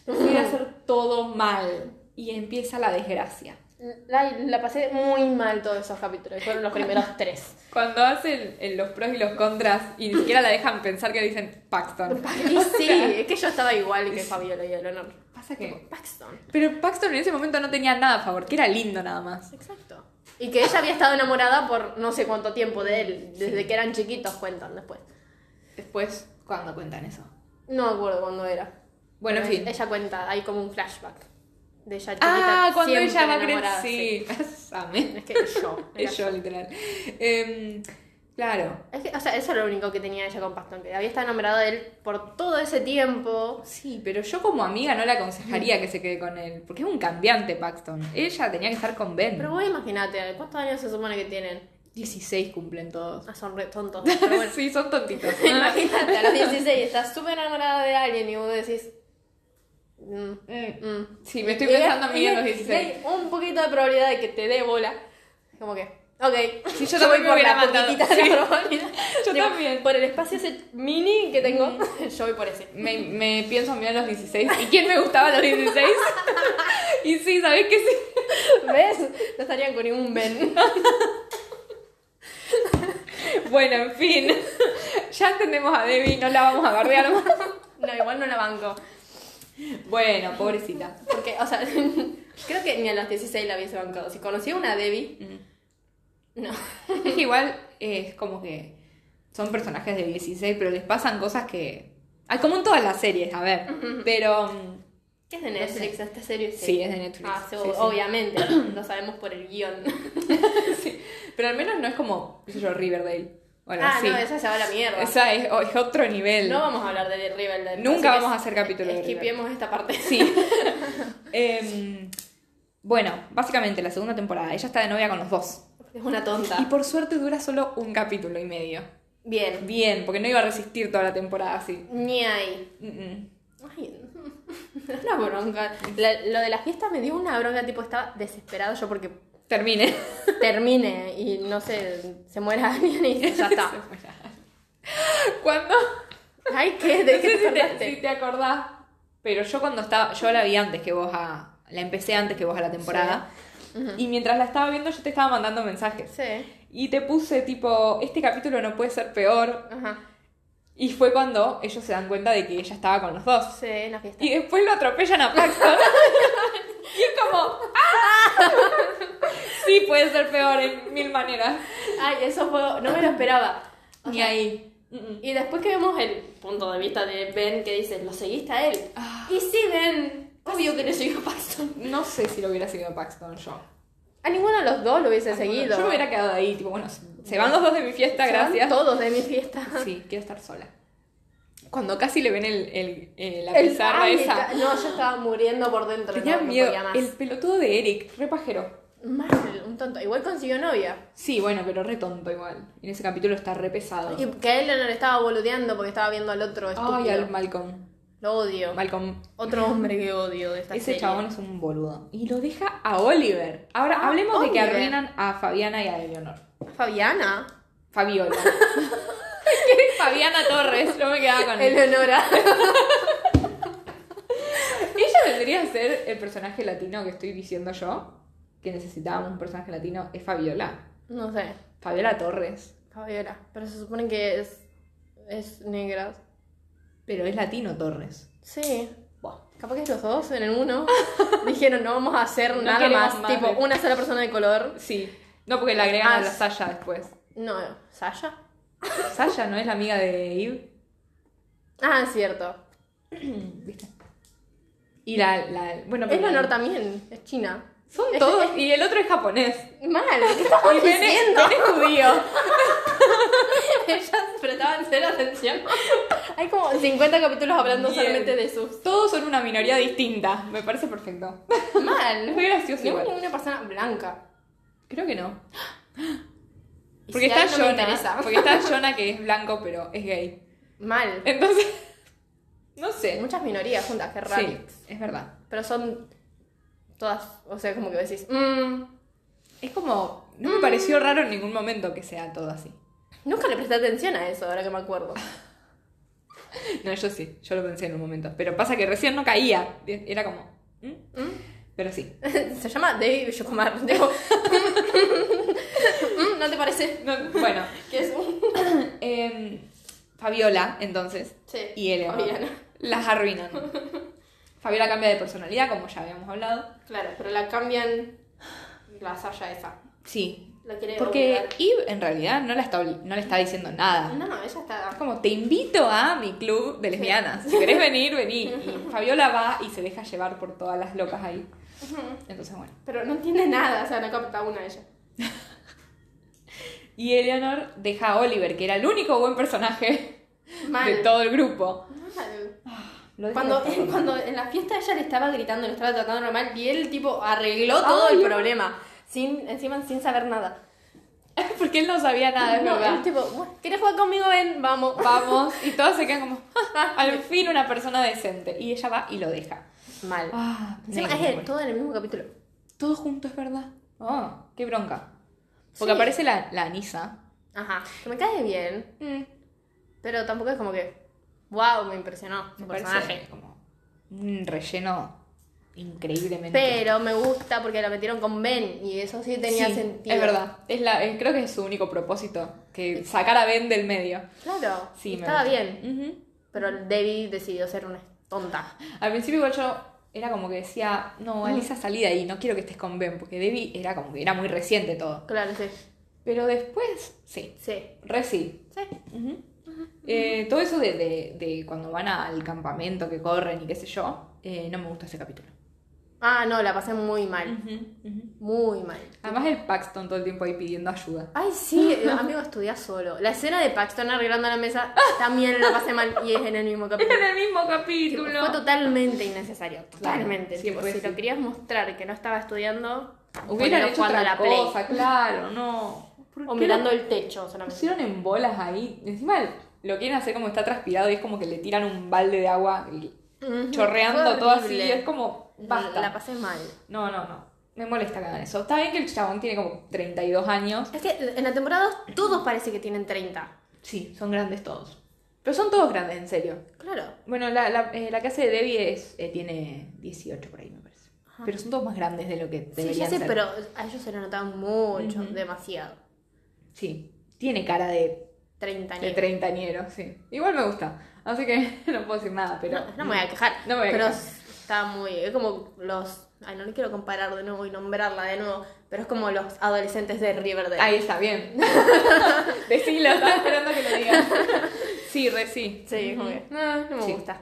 Decide hacer todo mal. Y empieza la desgracia.
La, la pasé muy mal todos esos capítulos. Fueron los primeros tres.
Cuando hacen el- los pros y los contras y ni siquiera la dejan pensar que dicen Paxton.
Y sí, es que yo estaba igual que Fabiola y Eleanor.
Pasa
Tipo,
que.
Paxton.
Pero Paxton en ese momento no tenía nada a favor, que era lindo nada más.
Exacto. Y que ella había estado enamorada por no sé cuánto tiempo de él. Desde que eran chiquitos, cuentan después.
Después, cuando cuentan eso.
No me acuerdo cuándo era.
Bueno, en
Pero
fin.
Ella cuenta, hay como un flashback de ella chiquita.
Ah, cuando
siempre
ella va a
enamorada,
crecer. Sí, amé.
Es que es yo.
Es yo, literal. Em, claro.
Es que, o sea, eso es lo único que tenía ella con Paxton, que había estado enamorada de él por todo ese tiempo.
Sí, pero yo como amiga no le aconsejaría que se quede con él, porque es un cambiante Paxton. Ella tenía que estar con Ben.
Pero vos imagínate, ¿cuántos años se supone que tienen?
16 cumplen todos.
Ah, son re tontos. Pero bueno,
sí, son tontitos.
imagínate, a los 16 estás súper enamorada de alguien y vos decís. mm,
Mm,
mm.
Sí, me estoy
Y
pensando a
hay-
mí a los
y
16.
Hay un poquito de probabilidad de que te dé bola. Como que, ok.
Sí, yo
voy
también me
por
hubiera
la
matado.
poquitita de
Sí.
probabilidad.
Yo
Digo,
también.
Por el espacio ese mini que tengo, yo voy por ese.
Me, me pienso a mí a los 16. ¿Y quién me gustaba a los 16? y sí, ¿sabés que sí?
¿Ves? No estarían con ningún Ben.
Bueno, en fin. ya entendemos a Debbie, no la vamos a bardear más.
No, igual no la banco.
Bueno, pobrecita.
Porque, o sea, creo que ni a los 16 la hubiese bancado. Si conocía una Debbie,
Mm.
Mm. no.
Es que igual eh, es como que son personajes de 16, pero les pasan cosas que. Ah, como en todas las series, a ver. Pero. mm,
¿Qué es de Netflix esta serie?
Sí, es de Netflix.
Ah, sí,
Sí, sí.
obviamente. Lo sabemos por el guión.
Sí. Pero al menos no es como, qué sé yo, Riverdale. Bueno,
ah,
sí.
no, esa se va a la mierda.
Esa es, o- es otro nivel.
No vamos a hablar de Riverdale.
Nunca
así que
vamos a hacer capítulo de
Esquipiemos esta parte.
Sí. Em, bueno, básicamente la segunda temporada. Ella está de novia con los dos.
Es una
Y
tonta.
por suerte dura solo un capítulo y medio.
Bien.
Bien, porque no iba a resistir toda la temporada así.
Ni ahí.
Mm, mm.
Ay, una bronca. La- lo de la fiesta me dio una bronca, tipo, estaba desesperado yo porque
Termine.
termine y no sé, se muera alguien y ya está.
Cuando.
Ay, ¿qué? ¿De
no
qué te
sé si te,
acordaste?
si te acordás, pero yo cuando estaba, yo la vi antes que vos a, la empecé antes que vos a la temporada, y mientras la estaba viendo yo te estaba mandando mensajes.
Sí.
Y te puse tipo, este capítulo no puede ser peor,
Ajá.
y fue cuando ellos se dan cuenta de que ella estaba con los dos.
Sí, en la fiesta.
Y después lo atropellan a Paxton. y es como, ¡ah! Sí, puede ser peor en mil maneras.
Ay, eso fue. No me lo esperaba. O
Ni
sea,
ahí. Mm, mm.
Y después que vemos el punto de vista de Ben que dice, lo seguiste a él.
Ah.
Y sí, Ben. Obvio que le siguió a Paxton.
No sé si lo hubiera seguido Paxton yo.
A ninguno de los dos lo hubiese seguido.
Yo me hubiera quedado ahí, tipo, bueno, se van los dos de mi fiesta,
Se van
gracias.
Todos de mi fiesta.
Sí, quiero estar sola. Cuando casi le ven el, el- eh, la
El-
pizarra
ay,
esa.
ca- No, yo estaba muriendo por dentro.
Tenía
no, no
miedo.
podía más.
el pelotudo de Eric, re pajero.
Mal, un tonto. Igual consiguió novia.
Sí, bueno, pero re tonto igual. En ese capítulo está re pesado.
Y que a él no le estaba boludeando porque estaba viendo al otro estúpido.
Ay, al Malcolm.
Lo odio.
Malcolm.
Otro hombre que odio de esta
Ese
serie.
chabón es un boludo. Y lo deja a Oliver. Ahora,
Ah,
hablemos de que
Oliver.
arruinan a Fabiana y a Eleonor.
Fabiana.
Fabiola. ¿Qué? Fabiana Torres, yo me quedaba con
Eleonora.
Ella vendría a ser el personaje latino que estoy diciendo yo, que necesitábamos un personaje latino, es Fabiola.
No sé.
Fabiola Torres.
Fabiola. Pero se supone que es. Es negra.
Pero es latino Torres.
Sí.
Buah.
Capaz que los dos en el uno dijeron no vamos a hacer
No
nada
queremos
más.
más
Tipo,
de-
una sola persona de color.
Sí. No, porque le agregan
Ah,
a la
sí.
Sasha después.
No, ¿Sasha?
Sasha no es la amiga de Eve.
Ah, es cierto.
¿Viste? Y la. la bueno, pero la-
Eleanor también, es china.
Son
Es-
todos. Y el otro es japonés.
Mal, ¿qué estamos
Y Ben es,
diciendo?
Ben es judío.
Ellas prestaban cero atención. Hay como 50 capítulos hablando
Bien.
solamente de sus.
Todos son una minoría distinta. Me parece perfecto.
Mal.
Es muy gracioso
No
igual.
hay ninguna persona blanca.
Creo que no.
Y
Porque
si
está
hay, no me interesa.
Jonah. Porque está Jonah que es blanco, pero es gay.
Mal.
Entonces, no sé.
Muchas minorías juntas, qué raro.
Sí, es verdad.
Pero son todas, o sea, como que decís, mmm,
Es como. No me pareció raro en ningún momento que sea todo así.
Nunca le presté atención a eso, ahora que me acuerdo.
No, yo sí, yo lo pensé en un momento. Pero pasa que recién no caía. Era como. ¿Mm? Pero sí.
Se llama David Yokomar. Digo, mm, ¿No te parece?
No, bueno,
Que es un.
em, Fabiola, entonces,
Sí.
y Elena
Fabiana.
las arruinan. Fabiola cambia de personalidad, como ya habíamos hablado.
Claro, pero la cambian la saya esa.
Sí.
La quiere
Porque
obligar.
Eve en realidad no le está, obli- no le está diciendo nada.
No, ella está.
Es como, te invito a mi club de lesbianas. Si querés venir, vení. Y Fabiola va y se deja llevar por todas las locas ahí. Entonces, bueno.
Pero no entiende nada, o sea, no capta una ella.
Y Eleanor deja a Oliver, que era el único buen personaje
Mal.
de todo el grupo.
Mal.
Lo deja
Cuando,
de todo.
cuando en la fiesta ella le estaba gritando, le estaba tratando mal y él tipo arregló todo
Ay,
el
no.
problema. Sin, encima sin saber nada.
Porque él no sabía nada, Ah, es
No,
verdad.
él tipo, "Bueno, ¿querés jugar conmigo? Ven, vamos.
Vamos. Y todos se quedan como, "Ah, al fin una persona decente. Y ella va y lo deja.
Mal.
Ah,
Encima
negro,
es
bueno.
todo en el mismo capítulo.
Todo junto es verdad. Oh, qué bronca. Porque
Sí.
aparece la, la Anisa.
Ajá. Que me cae bien,
Mm.
pero tampoco es como que. ¡Wow! Me impresionó su
me
personaje.
parece como un relleno increíblemente.
Pero me gusta porque la metieron con Ben y eso sí tenía
Sí,
sentido.
Es verdad. Es la, es- creo que es su único propósito. Que sacar a Ben del medio.
Claro.
Sí, me
estaba
gusta.
bien.
Ujú.
Pero el Debbie decidió ser una tonta.
Al principio igual yo era como que decía, no,
Ah.
Alisa salí de ahí, no quiero que estés con Ben, porque Debbie era como que era muy reciente todo.
Claro, sí.
Pero después, sí,
Sí.
re sí.
Sí.
Ujú. Eh, todo eso de, de- de cuando van al campamento que corren y qué sé yo, eh, no me gusta ese capítulo.
Ah, no, la pasé muy
Mm.
mal. Muy mal.
Además el Paxton todo el tiempo ahí pidiendo ayuda.
Ay, sí, eh, amigo, estudiá solo. La escena de Paxton arreglando la mesa también la pasé mal y es en el mismo capítulo.
el mismo
Tipo, Fue totalmente innecesario. Totalmente.
Sí,
Tipo,
pues
si
sí.
lo querías mostrar que no estaba estudiando,
Hubieran
ponelo
hecho otra
la Play.
cosa, claro, no. ¿Por
O
qué
mirando
lo
el techo solamente.
pusieron en bolas ahí? Encima lo quieren hacer como está transpirado y es como que le tiran un balde de agua y-
Ujú,
chorreando
fue
todo así.
horrible.
y Es como, basta.
La pasé mal.
No, no, no. Me molesta que hagan eso. Está bien que el chabón tiene como 32 años.
Es que en la temporada dos, todos parece que tienen 30.
Sí, son grandes todos. Pero son todos grandes, en serio.
Claro.
Bueno, la, la, eh, la que hace de Debbie es, eh, tiene 18 por ahí, me parece. Pero son todos más grandes de lo que
Sí,
deberían
ya sé,
ser.
pero a ellos se lo notaban mucho,
Ujú.
demasiado.
Sí, tiene cara de,
30
de
años.
treintañero, sí. Igual me gusta. Así que no puedo decir nada, pero...
No, no me voy a quejar.
No me voy a
pero
quejar.
está muy. Es como los. Ay, no le quiero comparar de nuevo y nombrarla de nuevo, pero es como los adolescentes de Riverdale.
Ahí está, bien. Decilo, estaba esperando que lo digas. Sí, re sí.
Sí, como que, No, no me
Sí.
gusta.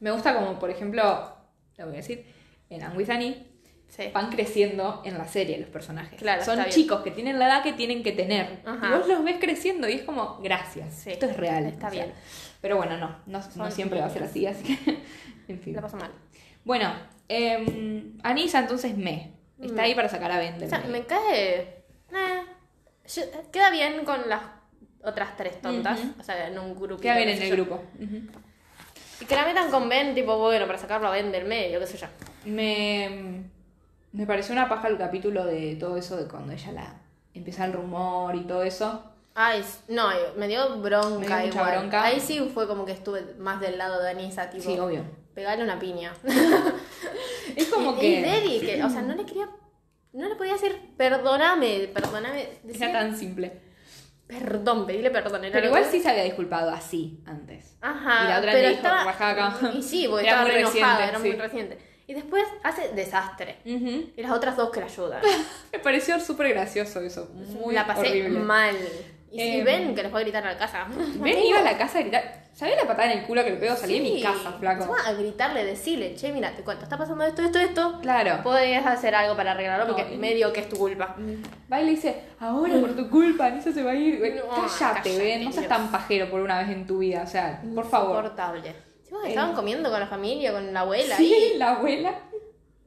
Me gusta como, por ejemplo, lo voy a decir, en Anguizani
Sí.
van creciendo en la serie los personajes.
Claro,
Son
está bien.
chicos que tienen la edad que tienen que tener.
Ajá.
Y vos los ves creciendo y es como, gracias,
Sí,
esto es real.
está
o sea.
bien.
Pero bueno, no, no, no
Son
siempre va a ser así, así que, en fin.
La paso mal.
Bueno, eh, Anisa entonces me. Está ahí para sacar a Ben
O
del
sea,
medio.
Mm. me cae. eh, yo- queda bien con las otras tres tontas.
Ujú.
O sea, en un grupo.
Queda bien en el grupo. Ujú.
Y que la metan con Ben, tipo, bueno, para sacarlo a Ben del medio, qué sé yo.
Me, em, me pareció una paja el capítulo de todo eso de cuando ella la empieza el rumor y todo eso.
Ay, s- no, eh, me dio bronca
Me dio mucha
igual.
bronca.
Ahí sí fue como que estuve más del lado de Anisa, tipo.
Sí, obvio.
Pegarle una piña.
Es como
y,
que
y Debbie, que, o sea, no le quería. No le podía decir, perdóname, perdóname.
era
Decía,
tan simple.
Perdón, pedirle perdón. era
Pero
lo que-
igual sí se había disculpado así antes.
Ajá.
Y la otra
pero
le dijo,
estaba,
"Bajá acá".
Y sí, porque
Era
estaba
muy
re enojada,
reciente,
era
sí.
muy reciente. Y después hace desastre.
Ujú.
Y las otras dos que la ayudan.
Me pareció súper gracioso eso. Muy
la pasé
horrible.
mal. Y si
Em,
ven que les voy a gritar a la casa.
Ben iba a la casa a gritar. ¿Sabés la patada en el culo que le pego? Salí de mi
Sí.
casa, flaco.
Encima a gritarle, decirle, che, mira, te cuento, está pasando esto, esto, esto.
Claro.
Podrías hacer algo para arreglarlo porque
No, y- Mm,
medio que es tu culpa.
Va y le dice, ahora por tu culpa, Anisa se va a ir.
No,
cállate,
ah, cállate,
Ben, no seas
Dios.
tan pajero por una vez en tu vida. O sea, por favor.
Insoportable. Encima que
Eh.
estaban comiendo con la familia, con la abuela.
Sí, la abuela.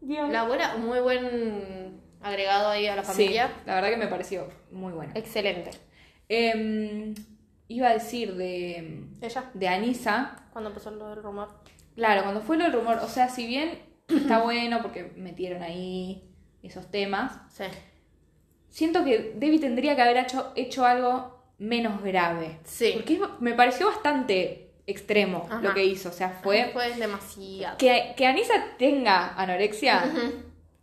Dios.
ahí. La abuela, muy buen agregado ahí a la
Sí,
familia.
la verdad que me pareció muy buena.
Excelente.
Em, iba a decir de,
Ella,
de Anisa.
cuando empezó lo del rumor.
Claro, cuando fue lo del rumor, o sea, si bien está bueno porque metieron ahí esos temas,
Sí.
siento que Debbie tendría que haber hecho, hecho algo menos grave.
Sí.
Porque es- me pareció bastante extremo
Ajá.
lo que hizo. O sea,
Fue,
fue.
fue demasiado.
Que, que Anisa tenga anorexia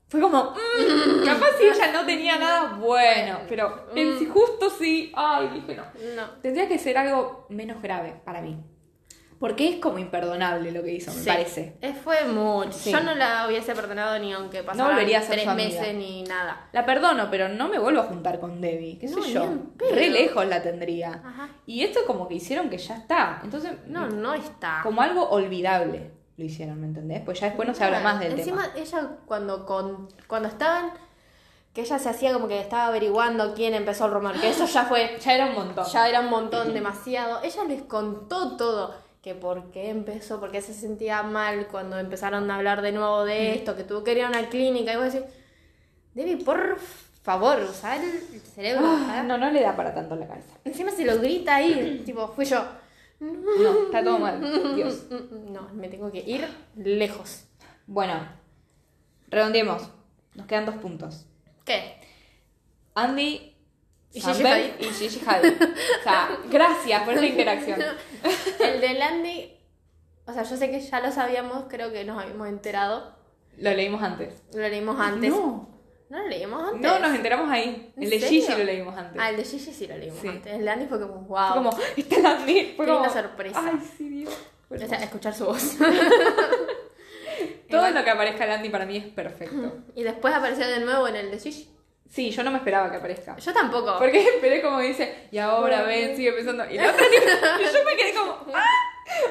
fue como. mm, capaz si ella no tenía nada bueno. Pero
Mm.
en sí, justo sí. Ay, dije no.
No.
Tendría que ser algo menos grave para mí. Porque es como imperdonable lo que hizo, me
Sí.
parece.
Eh, Fue mucho.
Sí.
Yo no la hubiese perdonado ni aunque pasaran
volvería a ser
tres
su amiga.
meses ni nada.
La perdono, pero no me vuelvo a juntar con Debbie. ¿Qué
No,
sé
ni
yo?
en pedo.
Re lejos la tendría.
Ajá.
Y esto como que hicieron que ya está. Entonces,
No, no está.
como algo olvidable lo hicieron, ¿me entendés? Pues ya después no se habla más del
Encima,
tema.
ella cuando, con, cuando estaban, que ella se hacía como que estaba averiguando quién empezó el rumor, que eso ya fue,
Ya era un montón.
ya era un montón, demasiado. Ella les contó todo, que por qué empezó, por qué se sentía mal cuando empezaron a hablar de nuevo de esto, que tuvo que ir a una clínica, y vos decís, Debbie, por favor, usa el cerebro.
Ah,
¿sabes?".
no, no le da para tanto en la cabeza.
Encima se lo grita ahí, tipo, fui yo.
No, está todo mal. Dios.
"Mm, mm, No, me tengo que ir lejos.
Bueno, redondeemos. Nos quedan dos puntos.
¿Qué?
Andy
Y Gigi
Samberg y Gigi Hadid. O sea, gracias por esta interacción.
El de Landy, o sea, yo sé que ya lo sabíamos, creo que nos habíamos enterado.
Lo leímos antes.
Lo leímos antes.
No,
¿No lo leímos antes.
no nos enteramos ahí.
¿En
El de
serio?
Gigi lo leímos antes.
Ah, el de Gigi sí lo leímos
Sí.
antes. El de Landy fue como, wow.
Fue como, está el Andy. Fue
Qué
como,
linda sorpresa.
Ay, sí, Dios. Fue
O
hermoso.
sea, escuchar su voz.
Todo
Igual.
lo que aparezca Landy para mí es perfecto.
Y después apareció de nuevo en el de Gigi.
Sí, yo no me esperaba que aparezca.
Yo tampoco.
Porque esperé como dice, y ahora ven, sigue pensando. Y la otra tipo, y yo me quedé como, ¡ah!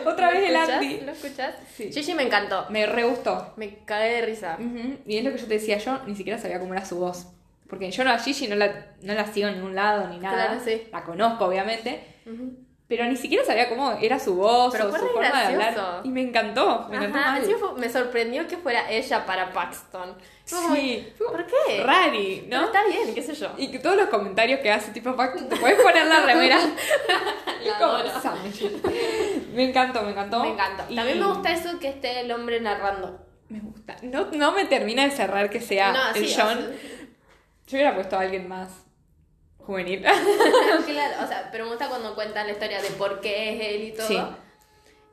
Otra
¿Lo
vez el
escuchás?
Andy.
¿Lo escuchás?
Sí.
Gigi me encantó.
Me re gustó.
Me cagué de risa.
Ujú, Y es lo que yo te decía, yo ni siquiera sabía cómo era su voz. Porque yo no a Gigi no la, no la sigo en ningún lado ni nada.
Claro, sí.
La conozco, obviamente.
Ujú.
Pero ni siquiera sabía cómo era su voz
Pero
o
fue
su
re
forma de hablar.
gracioso.
Y me encantó. Me encantó
Ajá,
mal.
encima fue- me sorprendió que fuera ella para Paxton. Fue como,
Sí.
¿Por qué?
Rari,
Pero
¿no?
está bien, qué sé yo.
Y que todos los comentarios que hace, tipo, Pac, te puedes poner la remera. Es
La
como,
adoro.
Sammy. Me encantó, me encantó.
Me encanta.
Y-
También me gusta eso que esté el hombre narrando.
Me gusta. No, no me termina de cerrar que sea
No,
el
sí,
John.
o
Yo hubiera puesto a alguien más juvenil.
sea, claro, o sea, pero me gusta cuando cuentan la historia de por qué es él y todo.
Sí.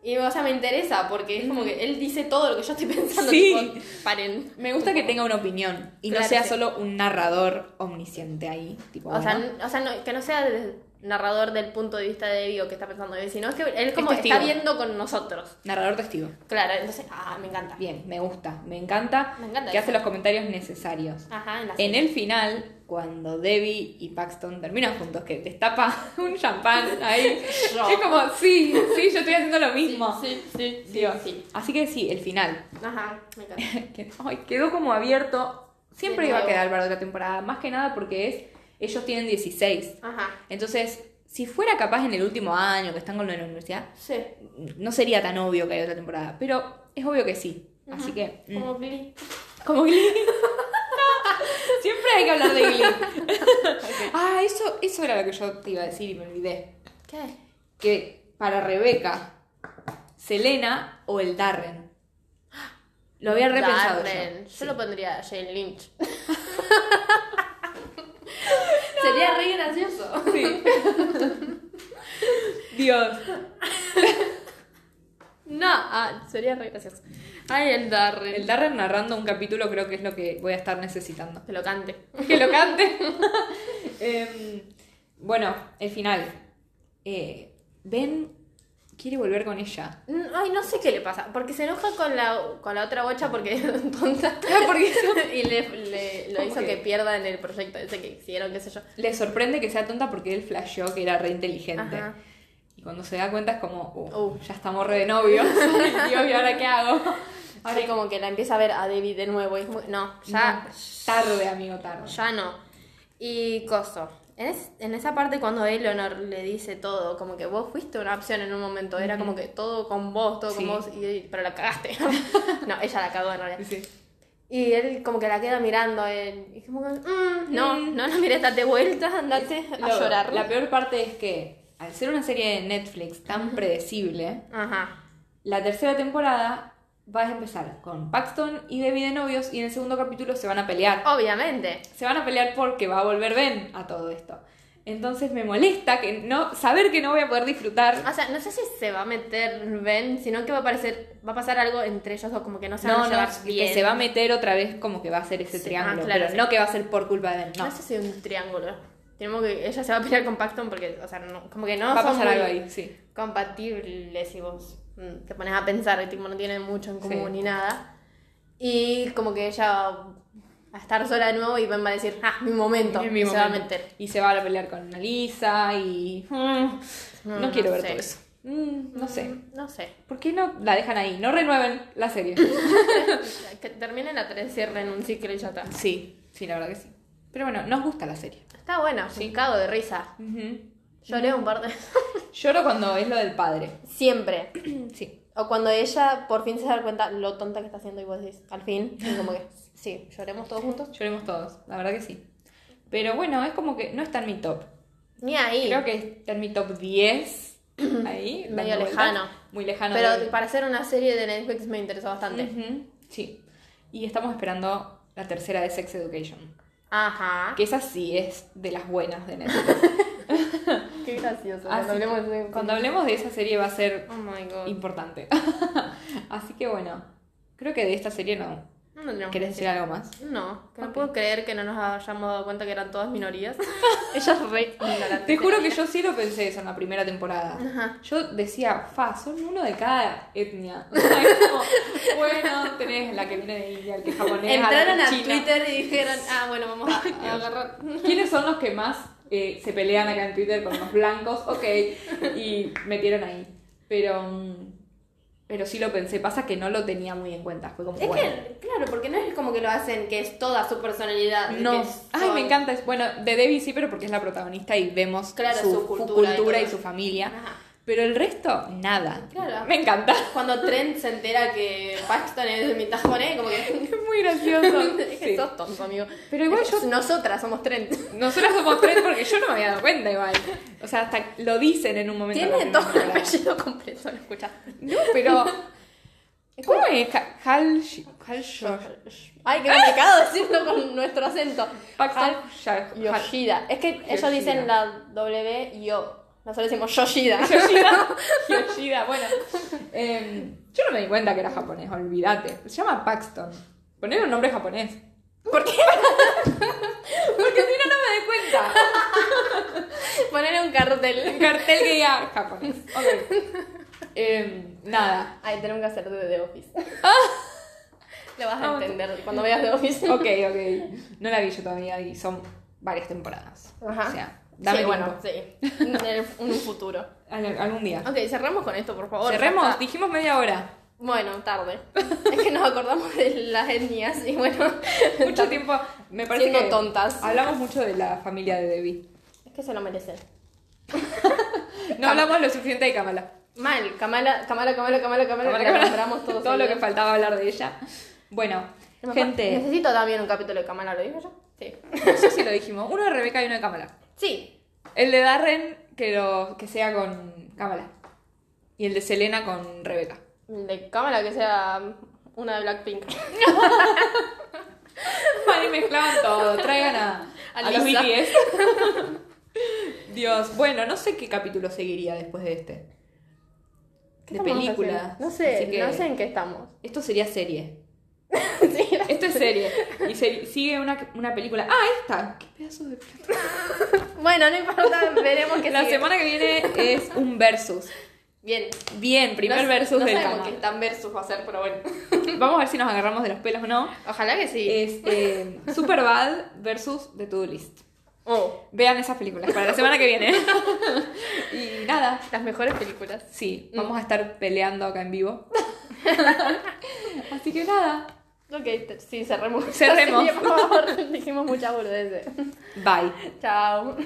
Y o sea, me interesa porque es como que él dice todo lo que yo estoy pensando.
Sí.
tipo, paren.
me gusta que tenga una opinión y no
Claro,
sea
sí.
solo un narrador omnisciente ahí. Tipo,
O sea,
bueno,
n- o sea no- que no sea el narrador del punto de vista de Bio que está pensando él, sino que él como
Es
que está
testigo.
viendo con nosotros.
narrador testigo.
Claro, entonces, ah, me encanta.
Bien, me gusta, me encanta.
Me encanta
que
eso.
hace los comentarios necesarios.
Ajá, en la
En el final, cuando Debbie y Paxton terminan juntos, que destapa un champán ahí,
Yo.
es como, sí, sí, yo estoy haciendo lo mismo.
Sí, sí, sí,
Dios.
sí.
Así que sí, el final.
Ajá, me encanta.
Que- ay, quedó como abierto. Siempre
De
iba a
nuevo.
quedar para otra temporada, más que nada porque es, ellos tienen 16.
Ajá,
Entonces, si fuera capaz en el último año que están con lo de la universidad,
sí.
no sería tan obvio que hay otra temporada, pero es obvio que sí. Así que... mm.
Como Glee.
Como Glee. No, Siempre hay que hablar de Glee. Ah, eso, eso era lo que yo te iba a decir y me olvidé.
¿Qué?
Que para Rebeca, Selena o el Darren. Lo había repensado
Darren.
yo.
Yo lo pondría a Jane Lynch. Sería re gracioso.
Dios.
No, ah, sería re gracioso. Ay, el Darren.
El Darren narrando un capítulo creo que es lo que voy a estar necesitando.
Que lo cante.
Que lo cante. Em, bueno, el final. Eh, ben quiere volver con ella.
Mm, Ay, no sé qué le pasa. Porque se enoja con la, con la otra bocha porque es tonta. y le, le- lo
¿Cómo
hizo
que?
que? pierda en el proyecto ese que hicieron, qué sé yo.
Le sorprende que sea tonta porque él flasheó que era re inteligente.
Ajá.
Y cuando se da cuenta es como, uh,
Uh.
ya estamos re de novios. Dios, ¿y ahora qué hago?
Ahora como que la empieza a ver a David de nuevo. Y es muy- no, ya,
No, tarde, amigo, tarde.
Ya no. Y Coso. En, es- en esa parte cuando Eleanor le dice todo, como que vos fuiste una opción en un momento, era como que todo con vos, todo
Sí.
con vos, y, pero la cagaste. no, ella la cagó en realidad.
Sí.
Y él como que la queda mirando, él, y como que, "Mm, no,
Mm.
no la mires, date vuelta, andate a
Lo-
llorar.
La peor parte es que, al ser una serie de Netflix tan predecible,
Ajá.
la tercera temporada vas a empezar con Paxton y Debbie de novios y en el segundo capítulo se van a pelear.
Obviamente.
Se van a pelear porque va a volver Ben a todo esto. Entonces me molesta que no saber que no voy a poder disfrutar.
O sea, no sé si se va a meter Ben, sino que va a parecer, va a pasar algo entre ellos dos, como que no se van
No,
a
no,
llevar bien.
que se va a meter otra vez como que va a ser ese
Sí,
triángulo,
ah, claro,
pero
sí.
no que va a ser por culpa de Ben, no.
No sé si un triángulo. Tenemos que, ella se va a pelear con Paxton porque, o sea, no- como que no
va a
son
pasar
muy
algo ahí, sí.
compatibles y vos mm, te pones a pensar, y tipo, no tienen mucho en común
Sí.
ni nada. Y como que ella va a estar sola de nuevo y Ben va a decir, ah, mi momento,
En mi
y se va a
momento.
meter.
Y se va a pelear con Alisa y... mm, no,
No, no
quiero ver
sé.
todo eso. Mm, no sé.
Mm, No sé.
¿Por qué no la dejan ahí? No renueven la serie.
Que terminen la 3, cierren un ciclo y ya está.
sí, sí, la verdad que sí. Pero bueno, nos gusta la serie.
Está buena, me cago de risa.
Ujú.
Lloré un par de
Lloro cuando es lo del padre.
Siempre.
Sí.
O cuando ella por fin se da cuenta lo tonta que está haciendo y vos decís, al fin, y como que, sí, lloremos todos juntos.
Lloremos todos, la verdad que sí. Pero bueno, es como que no está en mi top.
Ni ahí.
Creo que está en mi top 10. Ahí. dando
Medio
vueltas.
lejano.
Muy lejano.
Pero
de-
para hacer una serie de Netflix me interesó bastante.
Ujú, Sí. Y estamos esperando la tercera de Sex Education.
Ajá.
Que esa sí es de las buenas de Netflix.
Qué gracioso. Ah,
Así
Cuando hablemos
que
de...
cuando hablemos de esa serie va a ser
Oh my god.
importante. Así que bueno, creo que de esta serie no.
No tendríamos
¿Querés
que
decir algo más?
decir- No, que no
Ok.
puedo creer que no nos hayamos dado cuenta que eran todas minorías. Ellas re ignorantes.
Te juro que yo sí lo pensé eso en la primera temporada.
Ajá.
Yo decía, fa, son uno de cada etnia. O sea, es como, bueno, tenés la que viene de India, el que es japonés, al
Entraron a
chino.
Twitter y dijeron, ah, bueno, vamos a, a agarrar.
¿Quiénes son los que más eh, se pelean acá en Twitter con los blancos? Ok. Y metieron ahí. Pero. mm, Pero sí lo pensé. Pasa que no lo tenía muy en cuenta. Fue como.
Es
bueno.
que, claro, porque no es como que lo hacen, que es toda su personalidad. de
No.
que son-
Ay, me encanta. es- Bueno, de Debbie sí, pero porque es la protagonista y vemos
Claro,
su,
su
fu-
cultura y
cultura y,
todo.
su familia.
Ajá.
Pero el resto, nada.
Claro.
Me encanta.
Cuando Trent se entera que Paxton es de mitad japonés, como que.
Es muy gracioso.
Es que
Sí.
sos tonto, amigo.
Pero igual
Es-
yo-
Nosotras somos Trent.
Nosotras somos tres porque yo no me había dado cuenta igual. O sea, hasta lo dicen en un momento. en la
Tiene
primera
todo el
temporada.
apellido completo, lo escuchaste.
No, pero. ¿Cómo es? Ca- Hal. Hal. Hal-
Ay, qué complicado decirlo con nuestro acento.
Paxton.
Al-
Hal- Hal-
Yoshida. Es que
Yoshida.
ellos dicen la W y O. Nosotros decimos Yoshida.
Yoshida. Yoshida, bueno. Em, yo no me di cuenta que era japonés, olvídate. Se llama Paxton. Poner un nombre japonés. ¿Por qué? Porque si no, no me doy cuenta.
Poner un cartel.
Un cartel que diga japonés. Ok. Em, nada.
Ay, tenemos que hacer de The Office. Lo vas a
Vamos.
entender cuando veas The Office.
Ok, ok. No la vi yo todavía y son varias temporadas.
Ajá.
O sea, dame
sí,
tiempo.
bueno, sí. En el- en un futuro.
Al- algún día.
Ok, cerramos con esto, por favor.
Cerremos,
Basta.
dijimos media hora.
Bueno, tarde. es que nos acordamos de las etnias y bueno.
Mucho tiempo. Me parece
Siendo
que
tontas.
Hablamos mucho de la familia de Debbie.
Es que se lo merecen.
No hablamos lo suficiente de Kamala.
Mal, Kamala, Kamala, Kamala, Kamala, Kamala,
Kamala,
la
Kamala.
nombramos todos.
Todo lo que
seguidos.
faltaba hablar de ella. Bueno, gente,
Necesito también un capítulo de Kamala, ¿lo digo yo? Sí.
no sé si lo dijimos. Uno de Rebeca y uno de Kamala.
Sí.
El de Darren, que, lo, que sea con Kamala. Y el de Selena con Rebeca.
De Kamala que sea una de Blackpink.
Ahí mezclaban todo, traigan a,
A
a los
Lisa.
BTS. Dios, bueno, no sé qué capítulo seguiría después de este.
¿Qué
de
estamos
película.
haciendo? No sé,
Así que
no sé en qué estamos.
Esto sería serie.
sí, la-
Esto es serie. Y se- sigue una, una película. Ah, esta. Qué pedazo de plata.
Bueno, no importa, veremos qué
La
sigue.
semana que viene es un versus.
Bien.
Bien, primer
no,
versus
no
del
sabemos qué
canal.
tan versus va a ser, pero bueno.
Vamos a ver si nos agarramos de los pelos o no.
Ojalá que sí.
Es eh, Superbad versus The To List.
Oh,
Vean esas películas para la semana que viene. y nada,
las mejores películas.
Sí, vamos a estar peleando acá en vivo. Así que nada,
Ok, te- sí, cerremos.
Cerremos.
Por favor, dijimos muchas boludeces.
bye.
Chao.